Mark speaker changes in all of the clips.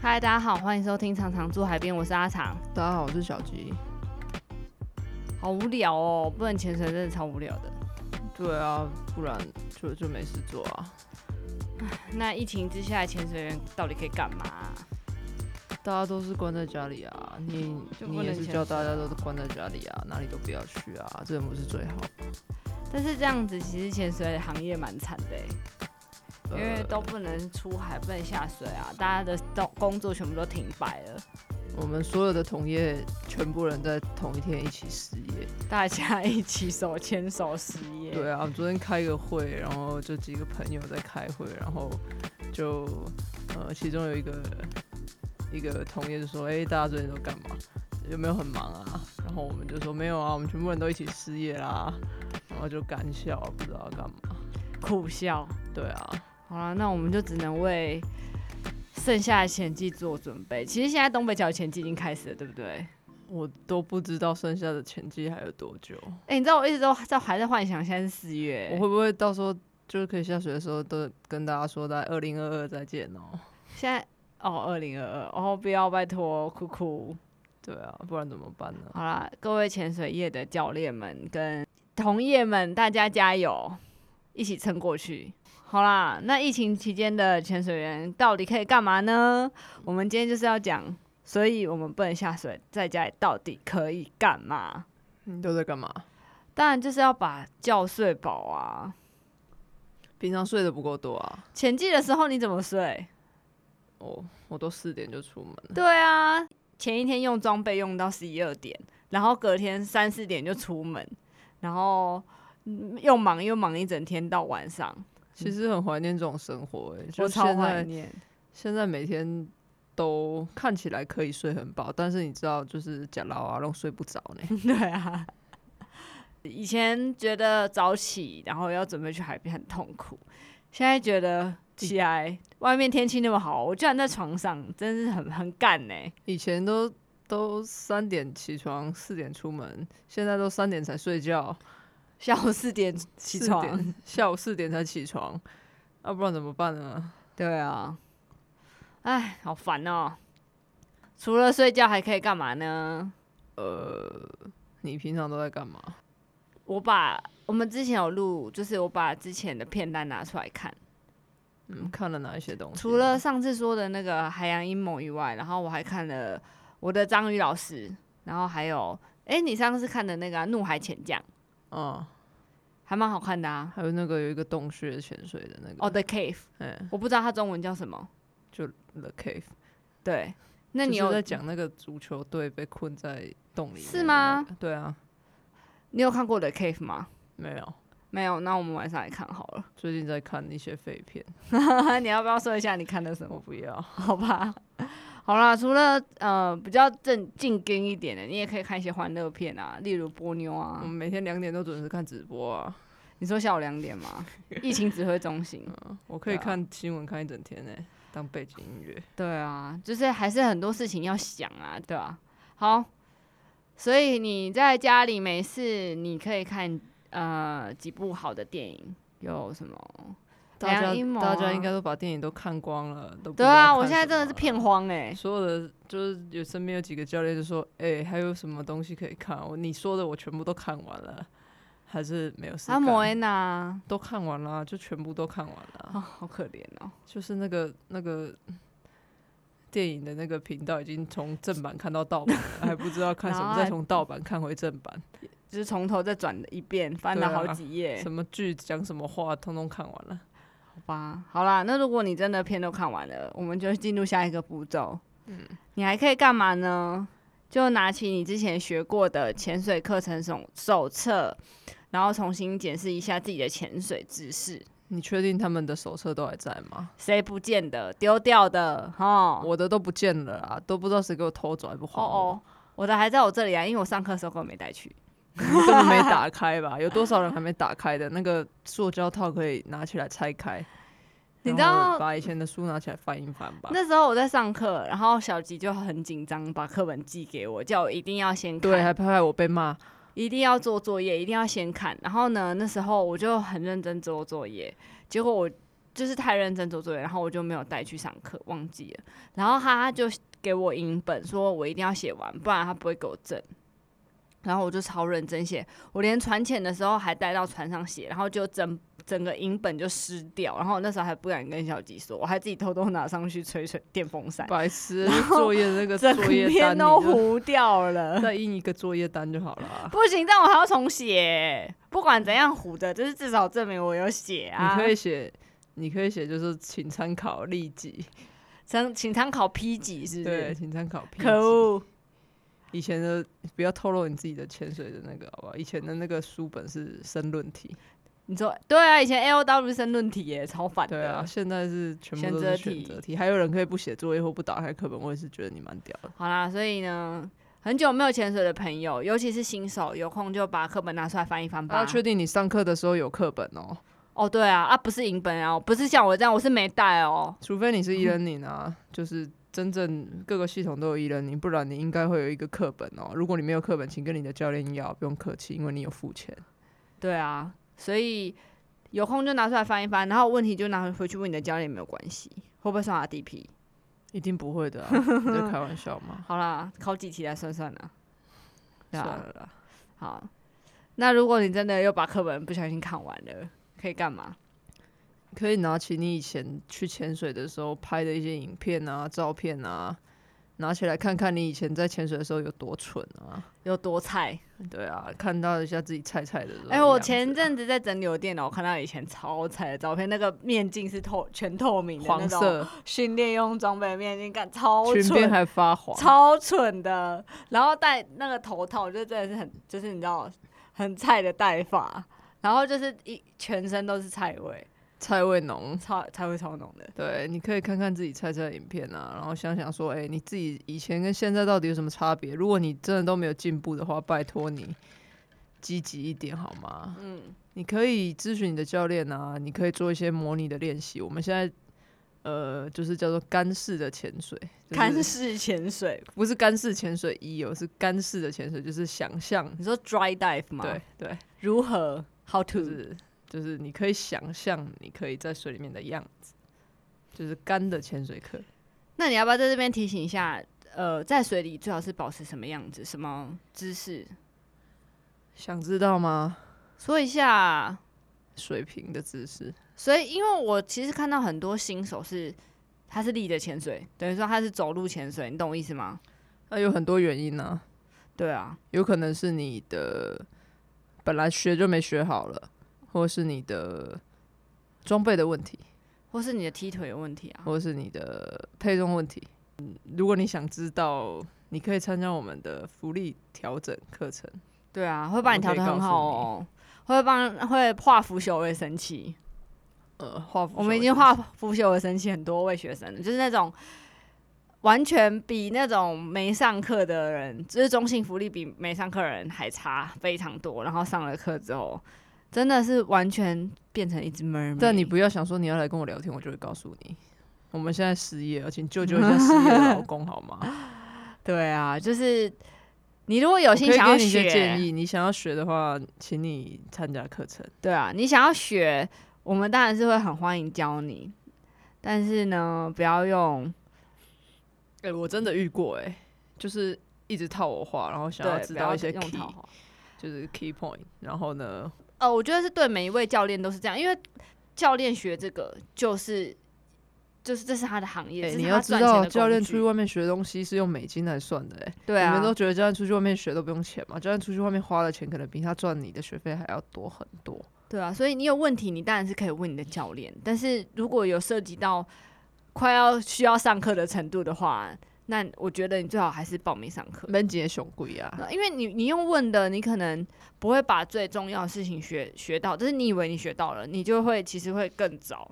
Speaker 1: 嗨，大家好，欢迎收听《常常住海边》，我是阿常。
Speaker 2: 大家好，我是小吉。
Speaker 1: 好无聊哦，不能潜水真的超无聊的。
Speaker 2: 对啊，不然就就没事做啊。
Speaker 1: 那疫情之下，潜水员到底可以干嘛啊、
Speaker 2: 大家都是关在家里啊，你
Speaker 1: 就
Speaker 2: 你
Speaker 1: 不
Speaker 2: 也
Speaker 1: 能
Speaker 2: 是
Speaker 1: 潜
Speaker 2: 叫
Speaker 1: 水
Speaker 2: 大家
Speaker 1: 啊
Speaker 2: 都关在家里啊，哪里都不要去啊，这不是最好？
Speaker 1: 但是这样子，其实潜水行业蛮惨的欸、因为都不能出海，不能下水啊，大家的都工作全部都停摆了，
Speaker 2: 我们所有的同业全部人在同一天一起失业。
Speaker 1: 大家一起手牵手失业。
Speaker 2: 对啊，昨天开个会，然后就几个朋友在开会，然后就呃，其中有一个一个同业就说：“哎、大家最近都干嘛？有没有很忙啊？”然后我们就说：“没有啊，我们全部人都一起失业啦。”然后就干笑，不知道干嘛。
Speaker 1: 苦笑。
Speaker 2: 对啊，
Speaker 1: 好了，那我们就只能为剩下的潜季做准备。其实现在东北角的潜季已经开始了，对不对？
Speaker 2: 我都不知道剩下的前期还有多久，
Speaker 1: 哎、你知道我一直都在还在幻想现在是四月欸、
Speaker 2: 我会不会到时候就是可以下水的时候都跟大家说在二零二二再见哦？
Speaker 1: 现在哦，二零二二，哦，不要，拜托，酷酷。
Speaker 2: 对啊，不然怎么办呢？
Speaker 1: 好啦，各位潜水业的教练们跟同业们，大家加油，一起撑过去。好啦，那疫情期间的潜水员到底可以干嘛呢？我们今天就是要讲，所以我们不能下水，在家里到底可以干嘛？
Speaker 2: 你都在干嘛？
Speaker 1: 当然就是要把觉睡饱啊。
Speaker 2: 平常睡得不够多啊？
Speaker 1: 潜季的时候你怎么睡？
Speaker 2: 哦，我都四点就出门了。
Speaker 1: 对啊，前一天用装备用到十一二点，然后隔天三四点就出门，然后嗯又忙又忙一整天到晚上，
Speaker 2: 其实很怀念这种生活、欸，
Speaker 1: 嗯
Speaker 2: 就
Speaker 1: 我超
Speaker 2: 现
Speaker 1: 怀
Speaker 2: 在
Speaker 1: 念。
Speaker 2: 现在每天都看起来可以睡很饱，但是你知道，就是假老啊，弄睡不着 呢。
Speaker 1: 对啊，以前觉得早起然后要准备去海边很痛苦，现在觉得起来外面天气那么好，我居然在床上，真是很很干欸呢、
Speaker 2: 以前都都三点起床，四点出门，现在都三点才睡觉，
Speaker 1: 下午四点起
Speaker 2: 4
Speaker 1: 床，
Speaker 2: 点，下午四点才起床，要、不然怎么办呢？
Speaker 1: 对啊，哎，好烦哦、除了睡觉还可以干嘛呢？
Speaker 2: 你平常都在干嘛？
Speaker 1: 我把我们之前有录，就是我把之前的片单拿出来看，
Speaker 2: 嗯，看了哪一些东西？
Speaker 1: 除了上次说的那个海洋阴谋以外，然后我还看了我的章鱼老师，然后还有，哎、你上次看的那个啊、怒海潜将》
Speaker 2: 嗯，
Speaker 1: 还蛮好看的啊，
Speaker 2: 还有那个有一个洞穴潜水的那个，
Speaker 1: 哦，《The Cave》，
Speaker 2: 嗯
Speaker 1: 我不知道它中文叫什么。
Speaker 2: ，The Cave。
Speaker 1: 对，那你
Speaker 2: 就是
Speaker 1: 有
Speaker 2: 在讲那个足球队被困在洞里面
Speaker 1: 是吗
Speaker 2: 的那个？对啊，
Speaker 1: 你有看过《The Cave》吗？
Speaker 2: 没有，
Speaker 1: 没有，那我们晚上来看 好
Speaker 2: 最近在看一些废片，
Speaker 1: 了。你要不要说一下你看的什么？
Speaker 2: 我不 要。
Speaker 1: 好吧，好啦，除了呃比较正进更一点的，你也可以看一些欢乐片啊，例如波妞啊
Speaker 2: 我。们每天两点都准时看直播啊，
Speaker 1: 你说下午两点 吗？疫情指挥中
Speaker 2: 嗯
Speaker 1: 心。
Speaker 2: 我可以
Speaker 1: 对啊
Speaker 2: 看新闻看一整天呢、当背景音乐。
Speaker 1: 对啊，就是还是很多事情要想啊，对啊。好，所以你在家里没事，你可以看呃几部好的电影，有什么？海
Speaker 2: 大
Speaker 1: 洋
Speaker 2: 家
Speaker 1: 阴谋
Speaker 2: 大
Speaker 1: 啊
Speaker 2: 家应该都把电影都看光了，都不知
Speaker 1: 对
Speaker 2: 道
Speaker 1: 啊，
Speaker 2: 看
Speaker 1: 我现在
Speaker 2: 什
Speaker 1: 真的是
Speaker 2: 么了。
Speaker 1: 片荒哎、
Speaker 2: 所有的就是有身边有几个教练就说，哎、还有什么东西可以看？我你说的我全部都看完了，还是没有事
Speaker 1: 还
Speaker 2: 干。
Speaker 1: 有莫恩娜，
Speaker 2: 都看完了，啊就全部都看完了。
Speaker 1: 啊，好可怜哦。
Speaker 2: 就是那个那个电影的那个频道已经从正版看到盗版了，还不知道看 什
Speaker 1: 然
Speaker 2: 么，
Speaker 1: 后还
Speaker 2: 再从盗版看回正版，
Speaker 1: 就是从头再转一遍，翻了
Speaker 2: 对
Speaker 1: 好
Speaker 2: 啊
Speaker 1: 几页、
Speaker 2: 什么剧讲什么话，通通看完了。
Speaker 1: 好吧，好啦，那如果你真的片都看完了，我们就进入下一个步骤。嗯，你还可以干嘛呢？就拿起你之前学过的潜水课程手手册，然后重新检视一下自己的潜水知识，
Speaker 2: 你确定他们的手册都还在吗？
Speaker 1: 谁不见的、丢掉的，哈。
Speaker 2: 我的都不见了啊，都不知道谁给我偷走，还不还
Speaker 1: 哦
Speaker 2: 我，
Speaker 1: 哦，我的还在我这里啊，因为我上课的时候根本没带去。
Speaker 2: 你根 本没打开吧？有多少人还没打开的？那个塑胶套可以拿起来拆开，
Speaker 1: 你知
Speaker 2: 然后
Speaker 1: 道
Speaker 2: 把以前的书拿起来翻一翻吧。
Speaker 1: 那时候我在上课，然后小吉就很紧张，把课本寄给我，叫我一定要先看。
Speaker 2: 对，还拍拍我被骂，
Speaker 1: 一定要做作业，一定要先看。然后呢，那时候我就很认真做作业，结果我就是太认真做作业，然后我就没有带去上课，忘记了。然后他就给我影本，说我一定要写完，不然他不会给我证。然后我就超认真写，我连船潜的时候还带到船上写，然后就整整个影本就湿掉。然后我那时候还不敢跟小吉说，我还自己偷偷拿上去吹吹电风扇，
Speaker 2: 白痴，作业那个
Speaker 1: 整
Speaker 2: 作业
Speaker 1: 篇
Speaker 2: 单
Speaker 1: 都
Speaker 2: 你
Speaker 1: 糊掉了
Speaker 2: 就。再印一个作业单就好了啊、
Speaker 1: 不行，但我还要重写。不管怎样糊的，就是至少证明我有写啊。
Speaker 2: 你可以写，你可以写，就是请参考例记，
Speaker 1: 请请参考 P 几，是不
Speaker 2: 对，
Speaker 1: 是？
Speaker 2: 请参考 P。
Speaker 1: 可恶！
Speaker 2: 以前的不要透露你自己的潜水的那个，好不好？以前的那个书本是申论题，
Speaker 1: 你说对啊，以前 L W 申论题耶，超烦的。
Speaker 2: 对啊，现在是全部
Speaker 1: 选
Speaker 2: 都
Speaker 1: 择
Speaker 2: 是
Speaker 1: 题
Speaker 2: 选择题，还有人可以不写作业或不打开课本，我也是觉得你蛮屌的。
Speaker 1: 好啦，所以呢，很久没有潜水的朋友，尤其是新手，有空就把课本拿出来翻一翻吧。
Speaker 2: 要确定你上课的时候有课本哦，
Speaker 1: 哦，对啊，啊不是影本啊，不是像我这样，我是没带哦。
Speaker 2: 除非你是 e learning 啊，就是真正各个系统都有 e learning，不然你应该会有一个课本哦。如果你没有课本，请跟你的教练要，不用客气，因为你有付钱。
Speaker 1: 对啊，所以有空就拿出来翻一翻，然后问题就拿回去问你的教练，没有关系，会不会上 RDP？
Speaker 2: 一定不会的、 啊，你在开玩笑吗？
Speaker 1: 好啦，考几题来算算啊啦。对
Speaker 2: 算
Speaker 1: 啊，
Speaker 2: 了啦，
Speaker 1: 好。那如果你真的又把课本不小心看完了，可以干嘛？
Speaker 2: 可以拿起你以前去潜水的时候拍的一些影片啊、照片啊，拿起来看看你以前在潜水的时候有多蠢啊。
Speaker 1: 有多菜？
Speaker 2: 对啊，看到一下自己菜菜的时候的样子啊。
Speaker 1: 哎、我前阵子在整理我电脑，我看到以前超菜的照片，那个面镜是透全透明的那
Speaker 2: 黄
Speaker 1: 种
Speaker 2: 色
Speaker 1: 训练用装备的面镜，干超
Speaker 2: 裙边
Speaker 1: 蠢，
Speaker 2: 还发黄，
Speaker 1: 超蠢的。然后戴那个头套，就真的是很，就是你知道，很菜的戴法，然后就是一全身都是菜味，
Speaker 2: 菜味浓。
Speaker 1: 超菜味超浓的。
Speaker 2: 对，你可以看看自己菜菜的影片啊，然后想想说，哎、你自己以前跟现在到底有什么差别？如果你真的都没有进步的话，拜托你积极一点好吗？
Speaker 1: 嗯，
Speaker 2: 你可以咨询你的教练啊，你可以做一些模拟的练习。我们现在呃，就是叫做干式的潜水，就是
Speaker 1: 干式潜水，
Speaker 2: 不是干式潜水一哦，是干式的潜水，就是想象，
Speaker 1: 你说 dry dive 吗？
Speaker 2: 对，对，
Speaker 1: 如何？How
Speaker 2: 就
Speaker 1: to？
Speaker 2: 是就是你可以想象你可以在水里面的样子，就是干的潜水课。
Speaker 1: 那你要不要在这边提醒一下？呃，在水里最好是保持什么样子、什么姿势？
Speaker 2: 想知道吗？
Speaker 1: 说一下。
Speaker 2: 水平的姿势，
Speaker 1: 所以，因为我其实看到很多新手是，他是立着潜水，等于说他是走路潜水，你懂我意思吗？
Speaker 2: 那有很多原因呢、
Speaker 1: 对啊，
Speaker 2: 有可能是你的本来学就没学好了，或者是你的装备的问题，
Speaker 1: 或是你的踢腿有问题啊。
Speaker 2: 或者是你的配重问题。嗯，如果你想知道，你可以参加我们的福利调整课程。
Speaker 1: 对啊，会把你调得很好哦，会帮会化腐朽为神奇。
Speaker 2: 呃，画
Speaker 1: 我们已经化腐朽为神奇很多位学生了，就是那种完全比那种没上课的人，就是中性福利比没上课的人还差非常多。然后上了课之后，真的是完全变成一只 mermaid。
Speaker 2: 啊但你不要想说你要来跟我聊天，我就会告诉你。我们现在失业了，请 救救一下失业的老公好吗？
Speaker 1: 对啊，就是你如果有
Speaker 2: 我
Speaker 1: 心
Speaker 2: 可以
Speaker 1: 想要
Speaker 2: 给你一些
Speaker 1: 学，欸
Speaker 2: 建议，你想要学的话，请你参加课程。
Speaker 1: 对啊，你想要学，我们当然是会很欢迎教你。但是呢，不要用
Speaker 2: 哎、我真的遇过哎、就是一直套我话，然后想要
Speaker 1: 对
Speaker 2: 知
Speaker 1: 不要
Speaker 2: 道一些
Speaker 1: 用
Speaker 2: key，
Speaker 1: 套话。
Speaker 2: 就是 key point。然后呢，
Speaker 1: 呃，我觉得是对每一位教练都是这样，因为教练学这个就是就是这是他的行业，
Speaker 2: 哎、
Speaker 1: 这是
Speaker 2: 你
Speaker 1: 他
Speaker 2: 要知
Speaker 1: 赚钱
Speaker 2: 道，
Speaker 1: 的
Speaker 2: 教
Speaker 1: 工
Speaker 2: 练
Speaker 1: 具
Speaker 2: 出去外面学东西是用美金来算的哎、
Speaker 1: 对啊
Speaker 2: 你们，都觉得教练出去外面学都不用钱嘛？教练出去外面花的钱可能比他赚你的学费还要多很多。
Speaker 1: 对啊，所以你有问题，你当然是可以问你的教练，但是如果有涉及到快要需要上课的程度的话，那我觉得你最好还是报名上课。
Speaker 2: 门姐熊贵啊，
Speaker 1: 呃因为你你用问的，你可能不会把最重要的事情学学到，但是你以为你学到了，你就会其实会更早。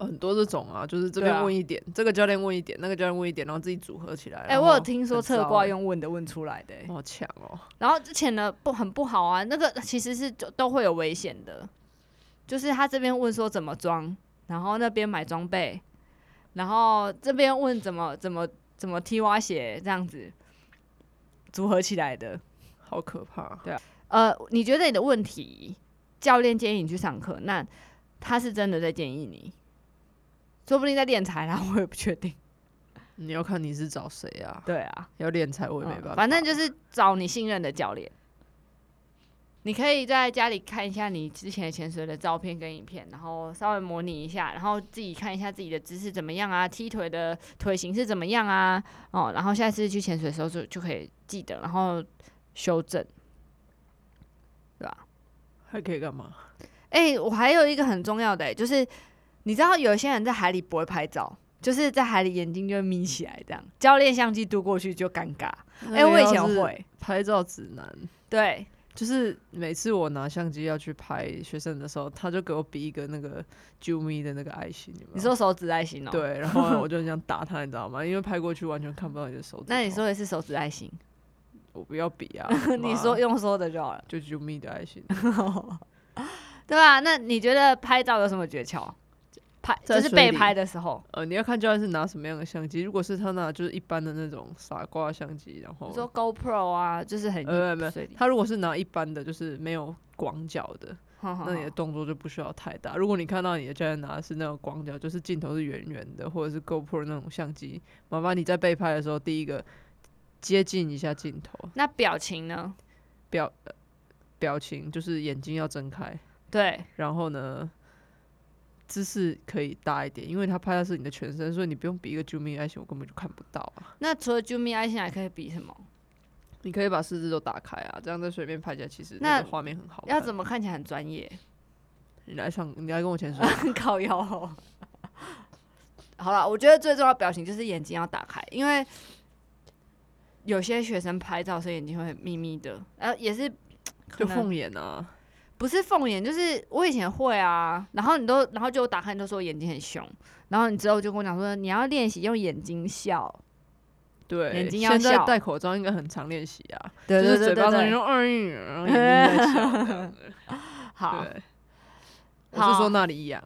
Speaker 2: 很多这种啊，就是这
Speaker 1: 对啊
Speaker 2: 边问一点，这个教练问一点，那个教练问一点，然后自己组合起来。
Speaker 1: 哎、
Speaker 2: 然
Speaker 1: 我有
Speaker 2: 后
Speaker 1: 听说
Speaker 2: 呃很
Speaker 1: 侧
Speaker 2: 糟
Speaker 1: 挂
Speaker 2: 欸
Speaker 1: 用问的问出来的、欸
Speaker 2: 好强哦，
Speaker 1: 然后之前的不很不好啊，那个其实是就都会有危险的，就是他这边问说怎么装，然后那边买装备，然后这边问怎么怎么怎么踢蛙鞋这样子组合起来的。
Speaker 2: 好可怕。啊
Speaker 1: 呃，你觉得你的问题，教练建议你去上课，那他是真的在建议你，说不定在练财啦，我也不确定。
Speaker 2: 你要看你是找谁啊？
Speaker 1: 对啊，
Speaker 2: 要练才我也没
Speaker 1: 嗯
Speaker 2: 办法。
Speaker 1: 反正就是找你信任的教练。你可以在家里看一下你之前的潜水的照片跟影片，然后稍微模拟一下，然后自己看一下自己的姿势怎么样啊，踢腿的腿型是怎么样啊，哦，然后下次去潜水的时候就就可以记得，然后修正。
Speaker 2: 还可以干嘛？
Speaker 1: 哎、我还有一个很重要的、欸，就是你知道有些人在海里不会拍照，就是在海里眼睛就会眯起来，这样教练相机嘟过去就尴尬。哎、
Speaker 2: 那个
Speaker 1: 我以前
Speaker 2: 要是
Speaker 1: 会，
Speaker 2: 拍照指南，
Speaker 1: 对，
Speaker 2: 就是每次我拿相机要去拍学生的时候，他就给我比一个那个啾咪的那个爱心，有没有
Speaker 1: 你说手指爱心哦、，
Speaker 2: 嗯对，然后我就这样打他，你知道吗？因为拍过去完全看不到你的手指头。
Speaker 1: 那你说的是手指爱心，，
Speaker 2: 我不要比啊
Speaker 1: 你
Speaker 2: 妈
Speaker 1: 说用说的就好了，
Speaker 2: 就啾咪的爱心，
Speaker 1: 对吧？那你觉得拍照有什么诀窍？拍就
Speaker 2: 在
Speaker 1: 是
Speaker 2: 水
Speaker 1: 被
Speaker 2: 里
Speaker 1: 拍的时候，
Speaker 2: 呃，你要看教练是拿什么样的相机。如果是他拿就是一般的那种傻瓜相机，然
Speaker 1: 你
Speaker 2: 后
Speaker 1: 说 GoPro 啊，就是很
Speaker 2: 哦呃没有
Speaker 1: 水里，
Speaker 2: 他如果是拿一般的，就是没有广角的，
Speaker 1: 哼哼
Speaker 2: 那你的
Speaker 1: 哼
Speaker 2: 动作就不需要太大。如果你看到你的教练拿的是那种广角，就是镜头是圆圆的，或者是 GoPro 那种相机，麻烦你在被拍的时候，第一个接近一下镜头，
Speaker 1: 那表情呢？
Speaker 2: 表呃表情就是眼睛要睁开，
Speaker 1: 对，
Speaker 2: 然后呢，姿势可以大一点，因为它拍的是你的全身，所以你不用比一个救命爱心，我根本就看不到啊。
Speaker 1: 那除了 Jumi 爱心还可以比什么？
Speaker 2: 你可以把四肢都打开啊，这样在水面拍起来，其实
Speaker 1: 那
Speaker 2: 那个画面很好看。
Speaker 1: 要怎么看起来很专 业？
Speaker 2: 你来上，你来跟我 潜水
Speaker 1: 靠腰、哦。 好了，我觉得最重要的表情就是眼睛要打开，因为有些学生拍照时候眼睛会眯眯的，呃，也是可
Speaker 2: 就
Speaker 1: 能
Speaker 2: 凤眼啊，
Speaker 1: 不是凤眼，就是我以前会啊，然后你都然后就打开你就说我眼睛很凶，然后你之后就跟我讲说你要练习用眼睛笑，
Speaker 2: 对，
Speaker 1: 眼睛要
Speaker 2: 现在
Speaker 1: 笑
Speaker 2: 戴口罩应该很常练习啊，
Speaker 1: 对对
Speaker 2: 就是
Speaker 1: 对
Speaker 2: 嘴巴
Speaker 1: 对
Speaker 2: 上面
Speaker 1: 对，
Speaker 2: 说嗯，然后 眼睛在笑这样子。
Speaker 1: 好，
Speaker 2: 对，我是
Speaker 1: 好
Speaker 2: 说那里痒，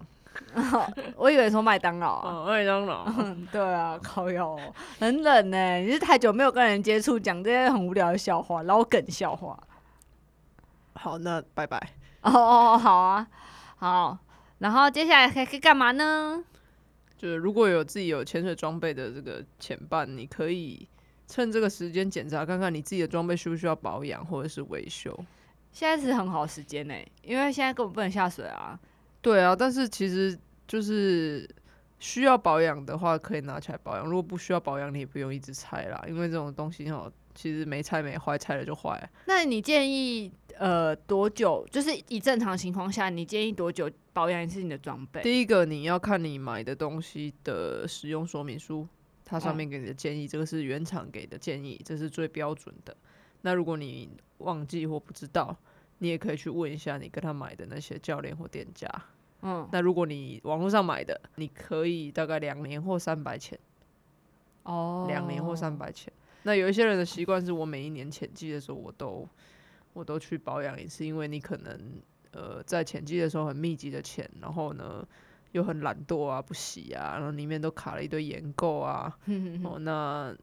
Speaker 1: 我以为说麦当劳啊，
Speaker 2: 哦，麦当劳，
Speaker 1: 嗯， 对啊，靠腰哦，很冷呢、你是太久没有跟人接触，讲这些很无聊的笑话，老梗笑话。
Speaker 2: 好，那拜拜。
Speaker 1: 哦哦，哦，好啊，好。然后接下来还可以干嘛呢？
Speaker 2: 就是如果有自己有潜水装备的这个潜伴，你可以趁这个时间检查看看你自己的装备需不需要保养或者是维修。
Speaker 1: 现在是很好时间呢、因为现在根本不能下水啊。
Speaker 2: 对啊，但是其实就是需要保养的话，可以拿起来保养；如果不需要保养，你也不用一直拆啦，因为这种东西哦，其实没拆没坏，拆了就坏。
Speaker 1: 那你建议呃多久？就是以正常情况下，你建议多久保养一次你的装备？
Speaker 2: 第一个你要看你买的东西的使用说明书，它上面给你的建议，这个是原厂给的建议，这是最标准的。那如果你忘记或不知道，你也可以去问一下你跟他买的那些教练或店家。
Speaker 1: 嗯，
Speaker 2: 那如果你网络上买的，你可以大概两年或三百钱，
Speaker 1: 哦
Speaker 2: 两年或三。百钱。那有一些人的习惯是我每一年潜季的时候，我都我都去保养一次，因为你可能呃在潜季的时候很密集的潜，然后呢又很懒惰啊，不洗啊，然后里面都卡了一堆盐垢啊。
Speaker 1: 嗯
Speaker 2: 哦，那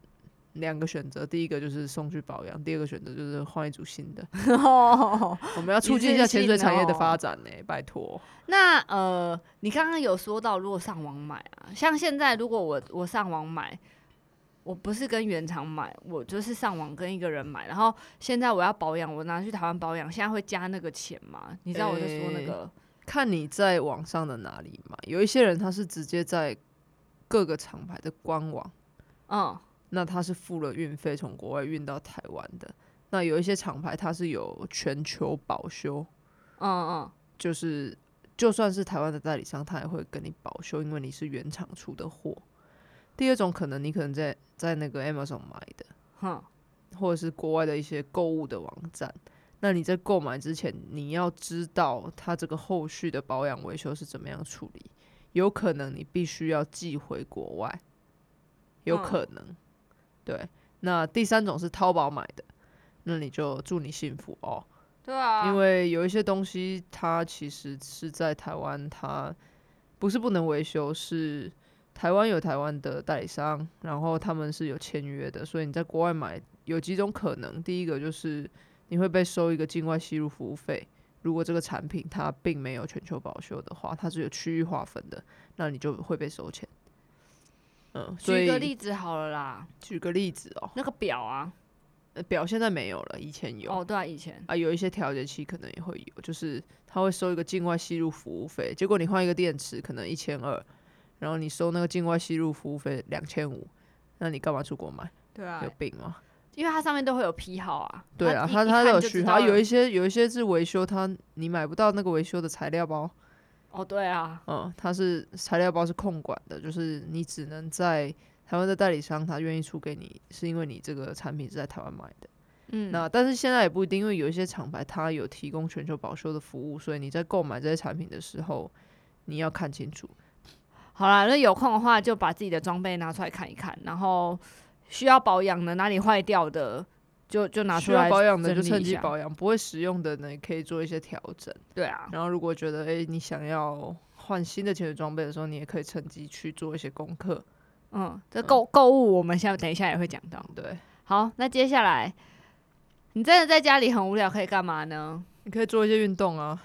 Speaker 2: 两个选择，第一个就是送去保养，第二个选择就是换一组新的。
Speaker 1: 哦
Speaker 2: 我们要促进一下潜水产业的发展呢、拜托。
Speaker 1: 那呃，你刚刚有说到，如果上网买啊，像现在如果我我上网买，我不是跟原厂买，我就是上网跟一个人买，然后现在我要保养，我拿去台湾保养，现在会加那个钱吗？你知道我在说那
Speaker 2: 诶
Speaker 1: 个、
Speaker 2: 看你在网上的哪里买，有一些人他是直接在各个厂牌的官网。
Speaker 1: 嗯
Speaker 2: 那它是付了运费从国外运到台湾的。那有一些厂牌它是有全球保修，
Speaker 1: 嗯嗯，
Speaker 2: 就是就算是台湾的代理商，他也会跟你保修，因为你是原厂出的货。第二种可能你可能在在那个 Amazon 买的，
Speaker 1: 哼，
Speaker 2: 或者是国外的一些购物的网站。那你在购买之前，你要知道它这个后续的保养维修是怎么样处理，有可能你必须要寄回国外，有
Speaker 1: 嗯
Speaker 2: 可能。对，那第三种是淘宝买的，那你就祝你幸福哦。
Speaker 1: 对啊，
Speaker 2: 因为有一些东西，它其实是在台湾，它不是不能维修，是台湾有台湾的代理商，然后他们是有签约的，所以你在国外买有几种可能，第一个就是你会被收一个境外吸入服务费，如果这个产品它并没有全球保修的话，它只有区域划分的，那你就会被收钱。嗯，所
Speaker 1: 举
Speaker 2: 以
Speaker 1: 个例子好了啦，
Speaker 2: 举个例子哦，
Speaker 1: 那个表啊，
Speaker 2: 呃表现在没有了，以前有、
Speaker 1: 哦，对啊，以前
Speaker 2: 啊，有一些调节器可能也会有，就是它会收一个境外吸入服务费，结果你换一个电池可能一千二，然后你收那个境外吸入服务费两千五，那你干嘛出国买？
Speaker 1: 对啊
Speaker 2: 有，病吗？
Speaker 1: 因为它上面都会有批号啊，
Speaker 2: 对啊，
Speaker 1: 一
Speaker 2: 它
Speaker 1: 一
Speaker 2: 它
Speaker 1: 看
Speaker 2: 有
Speaker 1: 就
Speaker 2: 区
Speaker 1: 知
Speaker 2: 别，
Speaker 1: 道
Speaker 2: 它有
Speaker 1: 了
Speaker 2: 一些有一些是维修，它你买不到那个维修的材料包，
Speaker 1: 哦，对啊，
Speaker 2: 嗯，它是材料包是控管的，就是你只能在台湾的代理商他愿意出给你，是因为你这个产品是在台湾买的。
Speaker 1: 嗯，
Speaker 2: 那但是现在也不一定，因为有一些厂牌它有提供全球保修的服务，所以你在购买这些产品的时候，你要看清楚。
Speaker 1: 好啦，那有空的话就把自己的装备拿出来看一看，然后需要保养的哪里坏掉的就就拿出
Speaker 2: 需
Speaker 1: 来
Speaker 2: 要保养的就
Speaker 1: 整理一
Speaker 2: 趁机
Speaker 1: 下
Speaker 2: 保养，不会使用的呢可以做一些调整。
Speaker 1: 对啊，
Speaker 2: 然后如果觉得诶、你想要换新的潜水装备的时候，你也可以趁机去做一些功课。
Speaker 1: 嗯，这购购物我们下等一下也会讲到。
Speaker 2: 对，
Speaker 1: 好，那接下来你真的在家里很无聊，可以干嘛呢？
Speaker 2: 你可以做一些运动啊，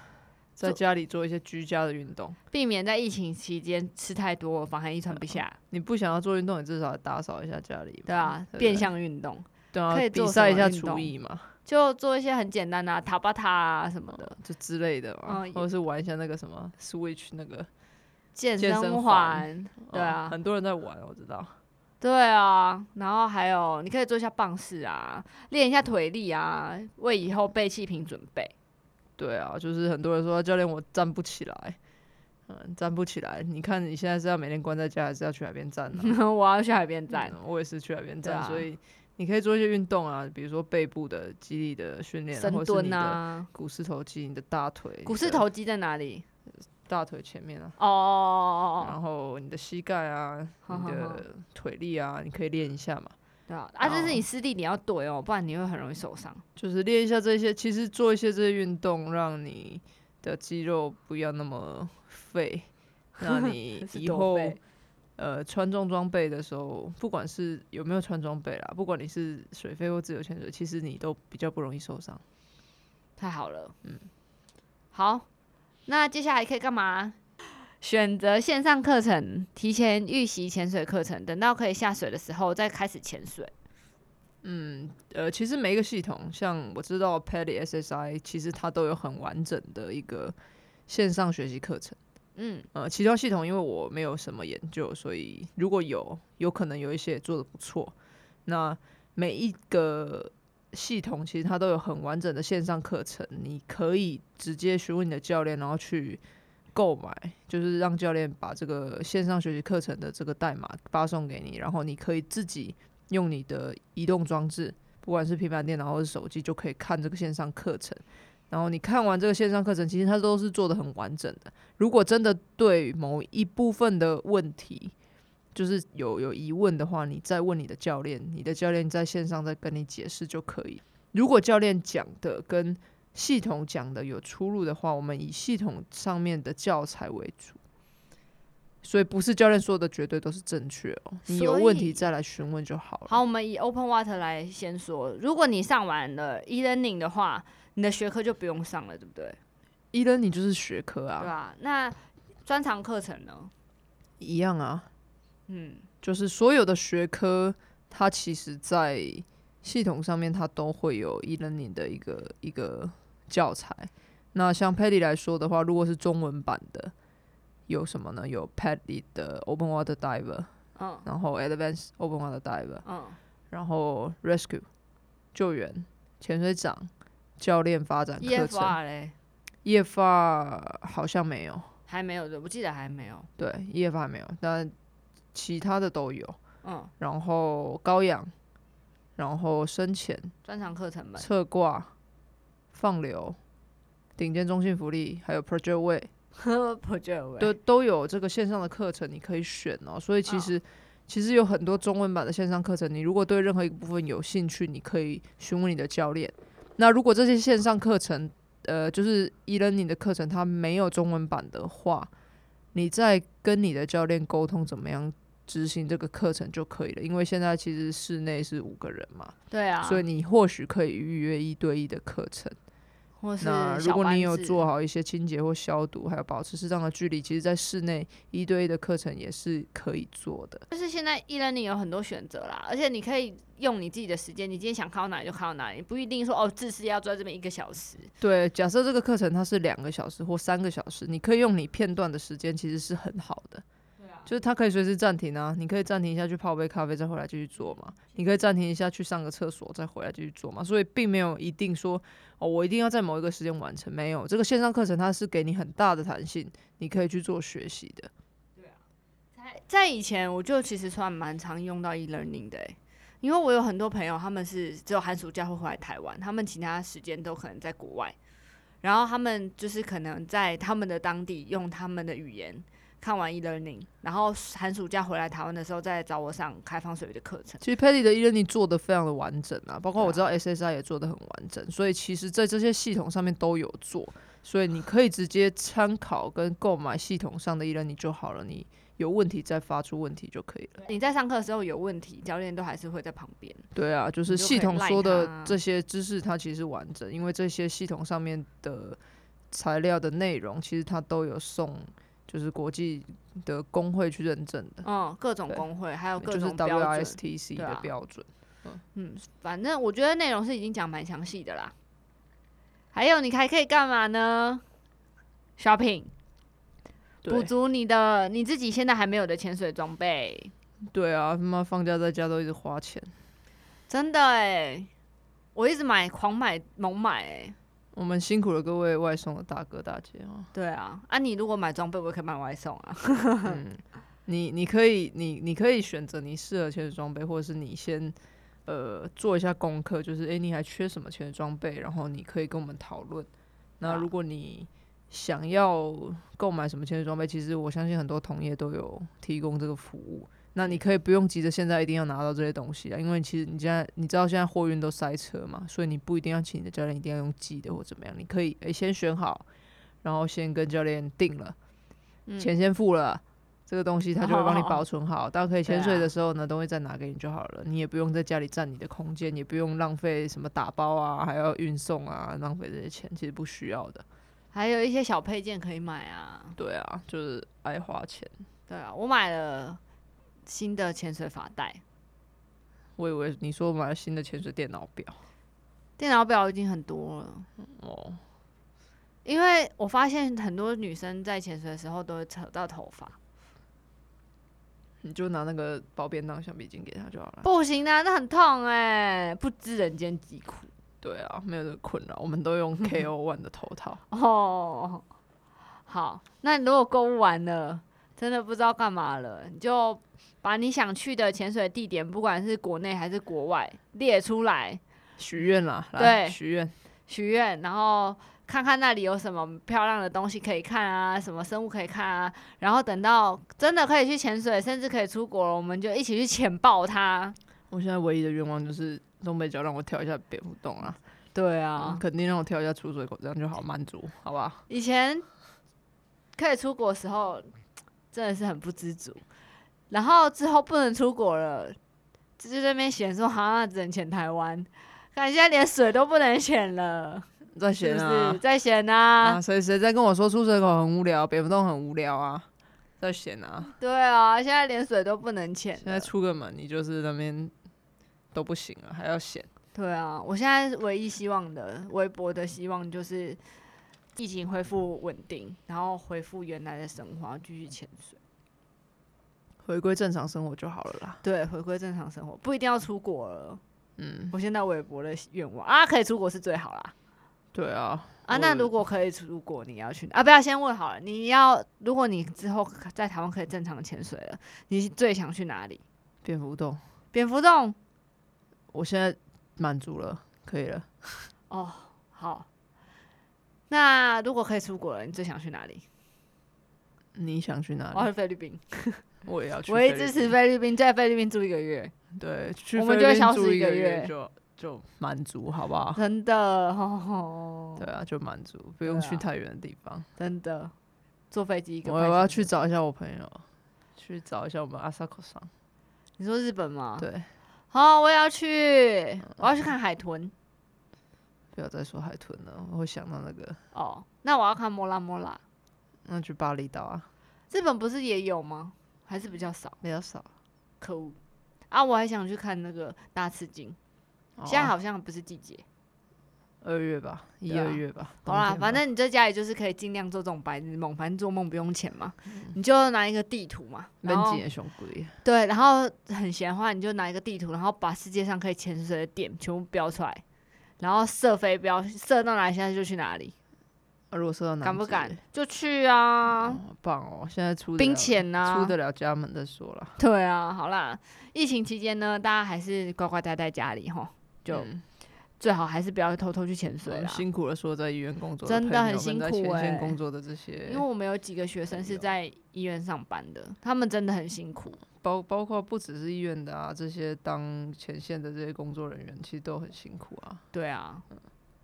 Speaker 2: 在
Speaker 1: 做
Speaker 2: 家里做一些居家的运动。
Speaker 1: 避免在疫情期间吃太多，防寒衣穿不下。
Speaker 2: 你不想要做运动，你至少打扫一下家里嘛。
Speaker 1: 对啊，
Speaker 2: 不
Speaker 1: 变相运动
Speaker 2: 对啊，
Speaker 1: 可以做什
Speaker 2: 比赛一
Speaker 1: 么
Speaker 2: 下
Speaker 1: 运
Speaker 2: 厨
Speaker 1: 动
Speaker 2: 艺嘛，
Speaker 1: 就做一些很简单的、啊、塔巴塔啊什么的，
Speaker 2: 就之类的嘛，
Speaker 1: 嗯
Speaker 2: 或者是玩一下那个什么 Switch 那个。
Speaker 1: 健
Speaker 2: 健身
Speaker 1: 身环
Speaker 2: 环，
Speaker 1: 对啊
Speaker 2: 嗯很多人在玩，我知道。
Speaker 1: 对啊，然后还有你可以做一下棒式啊，练一下腿力啊，为以后背气瓶准备。
Speaker 2: 对啊，就是很多人说教练我站不起来，嗯，站不起来。你看你现在是要每天关在家，还是要去海边站呢、
Speaker 1: 我要去海边 站，
Speaker 2: 嗯我也是去海边
Speaker 1: 对
Speaker 2: 站，
Speaker 1: 啊
Speaker 2: 所以你可以做一些运动啊，比如说背部的肌力的训练啊，
Speaker 1: 深
Speaker 2: 或者是你
Speaker 1: 蹲
Speaker 2: 的
Speaker 1: 啊。
Speaker 2: 股四头肌、你的大腿、
Speaker 1: 股四、头肌在哪里？
Speaker 2: 大腿前面啊，
Speaker 1: 哦哦哦哦哦，
Speaker 2: 然后你的膝盖啊、
Speaker 1: 好好
Speaker 2: 你
Speaker 1: 好
Speaker 2: 的腿力啊，你可以练一下嘛。
Speaker 1: 对啊，啊，这是
Speaker 2: 哦
Speaker 1: 你师弟，你要对哦，不然你会很容易受伤。
Speaker 2: 就是练一下这些，其实做一些这些运动，让你的肌肉不要那么 废，让你
Speaker 1: 是
Speaker 2: 以
Speaker 1: 多
Speaker 2: 后
Speaker 1: 废
Speaker 2: 呃穿重装备的时候，不管是有没有穿装备啦，不管你是水肺或自由潜水，其实你都比较不容易受伤。
Speaker 1: 太好了，嗯，好，那接下来可以干嘛？选择线上课程，提前预习潜水课程，等到可以下水的时候再开始潜水。
Speaker 2: 嗯，呃，其实每一个系统，像我知道 Paddy SSI，其实它都有很完整的一个线上学习课程。
Speaker 1: 嗯，
Speaker 2: 呃，其他系统因为我没有什么研究，所以如果有，有可能有一些也做的不错。那每一个系统其实它都有很完整的线上课程，你可以直接询问你的教练，然后去购买，就是让教练把这个线上学习课程的这个代码发送给你，然后你可以自己用你的移动装置，不管是平板电脑或是手机，就可以看这个线上课程。然后你看完这个线上课程，其实它都是做的很完整的。如果真的对某一部分的问题，就是有有疑问的话，你再问你的教练，你的教练在线上再跟你解释就可以。如果教练讲的跟系统讲的有出入的话，我们以系统上面的教材为主。所以不是教练说的绝对都是正确哦，你有
Speaker 1: 所
Speaker 2: 问
Speaker 1: 以
Speaker 2: 题再来询问就好了。
Speaker 1: 好，我们以 Open Water 来先说。如果你上完了 e-learning 的话，你的学科就不用上了，对不对？
Speaker 2: 一人你就是学科
Speaker 1: 对
Speaker 2: 啊，
Speaker 1: 吧？那专长课程呢？
Speaker 2: 一样啊，
Speaker 1: 嗯，
Speaker 2: 就是所有的学科，它其实在系统上面它都会有 e-learning 的一个一个教材。那像 Paddy 来说的话，如果是中文版的，有什么呢？有 Paddy 的 Open Water Diver，
Speaker 1: 嗯
Speaker 2: 然后 Advanced Open Water Diver，
Speaker 1: 嗯，
Speaker 2: 然后 Rescue 救援、潜水长、教练发展课程。
Speaker 1: EFR E 嘞
Speaker 2: ，EFR 好像没有，
Speaker 1: 还没有的，我记得还没有。
Speaker 2: 对，EFR 还没有，但其他的都有。
Speaker 1: 嗯，
Speaker 2: 然后高氧，然后深潜、
Speaker 1: 专长课 程们，
Speaker 2: 侧挂、放流、顶尖中性浮力，还有 Project Way
Speaker 1: 不就
Speaker 2: 都都有这个线上的课程，你可以选哦。所以其实、其实有很多中文版的线上课程，你如果对任何一个部分有兴趣，你可以询问你的教练。那如果这些线上课程，呃，就是 e-learning 的课程，它没有中文版的话，你再跟你的教练沟通怎么样执行这个课程就可以了。因为现在其实室内是五个人嘛，
Speaker 1: 对啊，
Speaker 2: 所以你或许可以预约一对一的课程，
Speaker 1: 或是
Speaker 2: 那如
Speaker 1: 小
Speaker 2: 果
Speaker 1: 班
Speaker 2: 你有
Speaker 1: 制
Speaker 2: 做好一些清洁或消毒，还有保持适当的距离，其实，在室内一对一的课程也是可以做的。
Speaker 1: 就是现在 e learning 有很多选择啦，而且你可以用你自己的时间，你今天想看到哪里就看到哪里，不一定说哦，自私要坐在这边一个小时。
Speaker 2: 对，假设这个课程它是两个小时或三个小时，你可以用你片段的时间，其实是很好的。
Speaker 1: 啊
Speaker 2: 就是它可以随时暂停啊，你可以暂停一下去泡杯咖啡，再回来继续做嘛。你可以暂停一下去上个厕所，再回来继续做嘛。所以并没有一定说哦，我一定要在某一个时间完成，没有这个线上课程它是给你很大的弹性，你可以去做学习的。
Speaker 1: 在以前我就其实算蛮常用到 e learning 的欸、因为我有很多朋友他们是只有寒暑假会回来台湾，他们其他时间都可能在国外，然后他们就是可能在他们的当地用他们的语言看完 e learning，然后寒暑假回来台湾的时候再找我上开放水域的课程。
Speaker 2: 其实 Patty 的 e l e 做的非常的完整啊，包括
Speaker 1: 对啊
Speaker 2: 我知道 SSI 也做的很完整，所以其实在这些系统上面都有做，所以你可以直接参考跟购买系统上的 e l e 就好了，你有问题再发出问题就可以了。
Speaker 1: 你在上课的时候有问题，教练都还是会在旁边。
Speaker 2: 对啊，就
Speaker 1: 你
Speaker 2: 是
Speaker 1: 就
Speaker 2: 系
Speaker 1: 可以
Speaker 2: 统
Speaker 1: 赖
Speaker 2: 说
Speaker 1: 它
Speaker 2: 的这些知识它其实是完整，因为这些系统上面的材料的内容其实它都有送，就是国际的工会去认证的，
Speaker 1: 嗯，各种
Speaker 2: 对
Speaker 1: 工会，还有各
Speaker 2: 就是
Speaker 1: 种标准。
Speaker 2: WISTC
Speaker 1: 对
Speaker 2: 的
Speaker 1: 啊
Speaker 2: 标准。
Speaker 1: 嗯，反正我觉得内容是已经讲蛮详细的啦。还有，你还可以干嘛呢？shopping，
Speaker 2: 对
Speaker 1: 补足你的你自己现在还没有的潜水装备。
Speaker 2: 对啊，他妈放假在家都一直花钱。
Speaker 1: 真的哎、我一直买，狂买，猛买哎、
Speaker 2: 我们辛苦了各位外送的大哥大姐啊！
Speaker 1: 对啊，啊，你如果买装备，我也可以买外送啊。
Speaker 2: 嗯，你你可以你你可以选择你适合潜水装备，或者是你先呃做一下功课，就是诶、你还缺什么潜水装备，然后你可以跟我们讨论。那
Speaker 1: 啊
Speaker 2: 如果你想要购买什么潜水装备，其实我相信很多同业都有提供这个服务。那你可以不用急着现在一定要拿到这些东西啊，因为其实你现在你知道现在货运都塞车嘛，所以你不一定要请你的教练一定要用寄的或怎么样，你可以诶、先选好，然后先跟教练定了，
Speaker 1: 嗯
Speaker 2: 钱先付了，这个东西他就会帮你
Speaker 1: 哦
Speaker 2: 保存好。大家可以潜水
Speaker 1: 对啊
Speaker 2: 的时候呢，都会再拿给你就好了，你也不用在家里占你的空间，也不用浪费什么打包啊，还要运送啊，浪费这些钱，其实不需要的。
Speaker 1: 还有一些小配件可以买啊。
Speaker 2: 对啊，就是爱花钱。
Speaker 1: 对啊，我买了新的潜水发带，
Speaker 2: 我以为你说买了新的潜水电脑表
Speaker 1: 电脑表已经很多了。
Speaker 2: 哦，
Speaker 1: 因为我发现很多女生在潜水的时候都会扯到头发，
Speaker 2: 你就拿那个包便当橡皮筋给他就好 了。
Speaker 1: 不行啊，那很痛哎、不知人间疾苦
Speaker 2: 对啊，没有这个困扰，我们都 用 KO One 的头套。
Speaker 1: 哦。好，那如果购物完了，真的不知道干嘛了，你就把你想去的潜水地点，不管是国内还是国外，列出来
Speaker 2: 许愿啦，来
Speaker 1: 对
Speaker 2: 许愿。
Speaker 1: 许愿，然后看看那里有什么漂亮的东西可以看啊，什么生物可以看啊，然后等到真的可以去潜水，甚至可以出国了，我们就一起去潜爆它。
Speaker 2: 我现在唯一的愿望就是东北角让我跳一下蝙蝠洞啊。
Speaker 1: 对啊
Speaker 2: 嗯，肯定让我跳一下出水口，这样就好满足，好不好？
Speaker 1: 以前可以出国的时候，真的是很不知足。然后之后不能出国了，就在那边嫌说，好像只能潜台湾，感觉现在连水都不能潜了，
Speaker 2: 在
Speaker 1: 是
Speaker 2: 闲
Speaker 1: 不
Speaker 2: 啊
Speaker 1: 是？在嫌啊
Speaker 2: 啊，谁谁在跟我说出水口很无聊，北风洞很无聊啊，在闲啊。
Speaker 1: 对啊，现在连水都不能潜
Speaker 2: 现
Speaker 1: 了
Speaker 2: 在。出个门，你就是那边都不行了，还要闲。
Speaker 1: 对啊，我现在唯一希望的、微薄的希望就是疫情恢复稳定，然后恢复原来的生活，继续潜水。
Speaker 2: 回归正常生活就好了啦。
Speaker 1: 对，回归正常生活，不一定要出国了。
Speaker 2: 嗯，
Speaker 1: 我现在微博的愿望啊，可以出国是最好啦。
Speaker 2: 对啊，
Speaker 1: 啊，
Speaker 2: 我
Speaker 1: 那如果可以出国，你要去哪啊？不要先问好了，你要如果你之后在台湾可以正常潜水了，你最想去哪里？
Speaker 2: 蝙蝠洞，
Speaker 1: 蝙蝠洞
Speaker 2: 我现在满足了，可以了。
Speaker 1: 哦，好。那如果可以出国了，你最想去哪里？
Speaker 2: 你想去哪
Speaker 1: 我要
Speaker 2: 里？
Speaker 1: 去菲律宾，
Speaker 2: 我也要嗯去
Speaker 1: 我
Speaker 2: 菲
Speaker 1: 会
Speaker 2: 律宾。
Speaker 1: 支持菲律宾，在菲律宾住一个月，
Speaker 2: 对，去
Speaker 1: 我
Speaker 2: 菲
Speaker 1: 们
Speaker 2: 律
Speaker 1: 就会
Speaker 2: 宾
Speaker 1: 消
Speaker 2: 住
Speaker 1: 失
Speaker 2: 一
Speaker 1: 一个
Speaker 2: 个
Speaker 1: 月
Speaker 2: 就就满足，好不 好？
Speaker 1: 真的，哦、
Speaker 2: 对啊，就满足，不
Speaker 1: 对
Speaker 2: 用
Speaker 1: 啊
Speaker 2: 去太远的地方。
Speaker 1: 真的，坐飞机一个
Speaker 2: 我
Speaker 1: 半
Speaker 2: 我要
Speaker 1: 小
Speaker 2: 去
Speaker 1: 时。
Speaker 2: 找一下我朋友，去找一下我们阿萨克桑。
Speaker 1: 你啊说日本吗？
Speaker 2: 对，嗯
Speaker 1: 好，我也要去，我要去看海豚。
Speaker 2: 不要再说海豚了，我会想到那个，
Speaker 1: 哦，那我要看莫拉莫拉，
Speaker 2: 那去巴厘岛啊，
Speaker 1: 日本不是也有吗？还是比较少，
Speaker 2: 比较少。
Speaker 1: 可恶啊！我还想去看那个大刺鲸，
Speaker 2: 哦
Speaker 1: 现在
Speaker 2: 啊
Speaker 1: 好像不是季节。
Speaker 2: 二月吧，一
Speaker 1: 对啊
Speaker 2: 二月吧。
Speaker 1: 好
Speaker 2: 冬
Speaker 1: 啦，
Speaker 2: 天
Speaker 1: 反
Speaker 2: 吧
Speaker 1: 正你在家里就是可以尽量做这种白日梦，反正做梦不用钱嘛，
Speaker 2: 嗯
Speaker 1: 你就拿一个地图嘛，然
Speaker 2: 免
Speaker 1: 后
Speaker 2: 几的熊龟，
Speaker 1: 对，然后很闲的话，你就拿一个地图，然后把世界上可以潜水的点全部标出来，然后射飞镖，射到哪里现在就去哪里，
Speaker 2: 啊如果射到南
Speaker 1: 敢不
Speaker 2: 极
Speaker 1: 敢？就去啊，
Speaker 2: 哦棒哦！现在出得
Speaker 1: 冰
Speaker 2: 了
Speaker 1: 潜呐、
Speaker 2: 出
Speaker 1: 啊，
Speaker 2: 得了家门再说啦。
Speaker 1: 对啊，好啦，疫情期间呢，大家还是乖乖待在家里吼，就、
Speaker 2: 嗯
Speaker 1: 最好还是不要偷偷去潜水
Speaker 2: 嗯
Speaker 1: 啦，
Speaker 2: 辛苦了，说在医院工作
Speaker 1: 啊真的
Speaker 2: 的朋
Speaker 1: 很
Speaker 2: 友跟
Speaker 1: 辛
Speaker 2: 在
Speaker 1: 苦
Speaker 2: 前
Speaker 1: 欸
Speaker 2: 线工作的这些，
Speaker 1: 因为我们有几个学生是在医院上班的，他们真的很辛苦。
Speaker 2: 包包括不只是医院的啊，这些当前线的这些工作人员，其实都很辛苦啊。
Speaker 1: 对啊，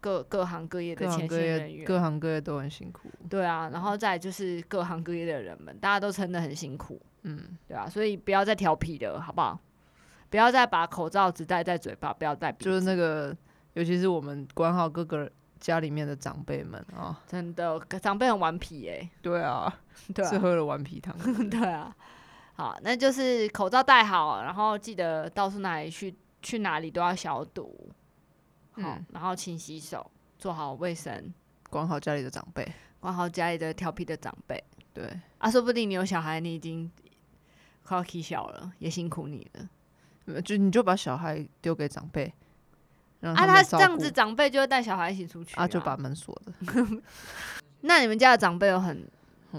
Speaker 1: 各各行各业的
Speaker 2: 各行
Speaker 1: 前
Speaker 2: 各
Speaker 1: 线人
Speaker 2: 业，
Speaker 1: 员，
Speaker 2: 各行各业都很辛苦。
Speaker 1: 对啊，然后再来就是各行各业的人们，大家都撑得很辛苦，
Speaker 2: 嗯，
Speaker 1: 对啊，所以不要再调皮了，好不好？不要再把口罩只戴在嘴巴，不要戴鼻子，
Speaker 2: 就是那个，尤其是我们管好各个家里面的长辈们啊。
Speaker 1: 真的长辈很顽皮哎、
Speaker 2: 对啊，
Speaker 1: 对
Speaker 2: 是
Speaker 1: 啊，
Speaker 2: 喝了顽皮汤。
Speaker 1: 对啊，好，那就是口罩戴好，然后记得到处哪里去去哪里都要消毒，好，
Speaker 2: 嗯
Speaker 1: 然后勤洗手，做好卫生，
Speaker 2: 管好家里的长辈，
Speaker 1: 管好家里的调皮的长辈。
Speaker 2: 对，
Speaker 1: 啊，说不定你有小孩，你已经快要起小了，也辛苦你了。
Speaker 2: 嗯就你就把小孩丢给长辈，让
Speaker 1: 啊，
Speaker 2: 们
Speaker 1: 他这
Speaker 2: 照
Speaker 1: 样
Speaker 2: 顾
Speaker 1: 子，长辈就会带小孩一起出去
Speaker 2: 啊，就把。门锁着。
Speaker 1: 那你们家的长辈有很
Speaker 2: 我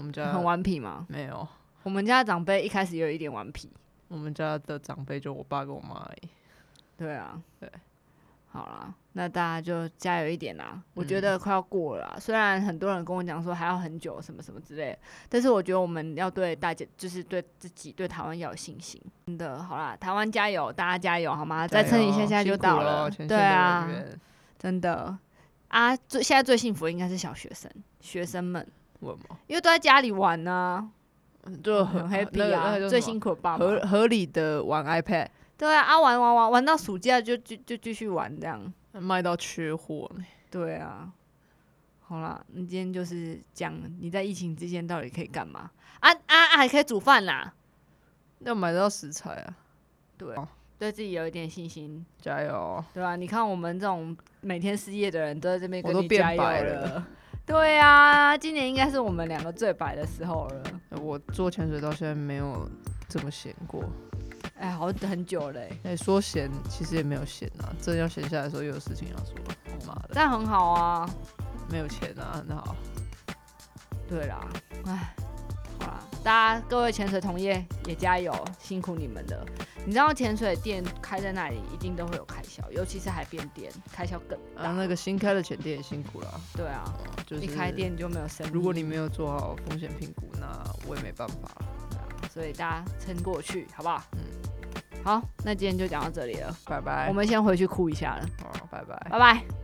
Speaker 2: 们家
Speaker 1: 很顽皮吗？
Speaker 2: 没有，
Speaker 1: 我们家的长辈一开始有一点顽皮。
Speaker 2: 我们家的长辈就我爸跟我妈而已。
Speaker 1: 对啊，
Speaker 2: 对。
Speaker 1: 好啦，那大家就加油一点啦！我
Speaker 2: 嗯
Speaker 1: 觉得快要过了啦虽然很多人跟我讲说还要很久什么什么之类的，但是我觉得我们要对大家，就是对自己、对台湾要有信心。真的，好啦，台湾加油，大家加油，好吗？啊再撑一下下就到
Speaker 2: 了。哦辛苦咯前线
Speaker 1: 对
Speaker 2: 的人
Speaker 1: 啊，
Speaker 2: 员
Speaker 1: 真的啊，最现在最幸福的应该是小学生、学生们，
Speaker 2: 问嘛，
Speaker 1: 因为都在家里玩呢、
Speaker 2: 就
Speaker 1: 嗯很 happy
Speaker 2: 呃那个那
Speaker 1: 啊，
Speaker 2: 个叫
Speaker 1: 最
Speaker 2: 什么
Speaker 1: 辛苦的爸
Speaker 2: 合
Speaker 1: 妈。
Speaker 2: 合理的玩 iPad
Speaker 1: 对啊，啊玩玩玩玩到暑假就就就继续玩这样。
Speaker 2: 卖到缺货呢，
Speaker 1: 对啊，好啦，你今天就是讲你在疫情之间到底可以干嘛啊啊啊，还可以煮饭啦，
Speaker 2: 要买到食材啊，
Speaker 1: 对
Speaker 2: 哦，
Speaker 1: 对自己有一点信心，
Speaker 2: 加油哦！
Speaker 1: 对吧、你看我们这种每天失业的人都在这边
Speaker 2: 我
Speaker 1: 跟
Speaker 2: 都
Speaker 1: 你加
Speaker 2: 变
Speaker 1: 油
Speaker 2: 白
Speaker 1: 了。对啊，今年应该是我们两个最白的时候了。
Speaker 2: 我做潜水到现在没有这么闲过，
Speaker 1: 哎，好很久嘞、
Speaker 2: 哎、说闲其实也没有闲啊，真要闲下来的时候又有事情要做，妈的，
Speaker 1: 但很好啊。
Speaker 2: 没有钱啊，那好，
Speaker 1: 对啦，哎，好啦，大家各位潜水同业也加油，辛苦你们了。你知道潜水店开在那里一定都会有开销，尤其是海边店，开销更大。
Speaker 2: 啊，那个新开的前店也辛苦了啊，
Speaker 1: 对啊，
Speaker 2: 就是
Speaker 1: 一开店就没有生意。
Speaker 2: 如果你没有做好风险评估，那我也没办法了，
Speaker 1: 对啊所以大家撑过去，好不好？嗯。好，那今天就讲到这里了，
Speaker 2: 拜拜，
Speaker 1: 我们先回去哭一下了，
Speaker 2: 好，拜拜。
Speaker 1: 拜拜。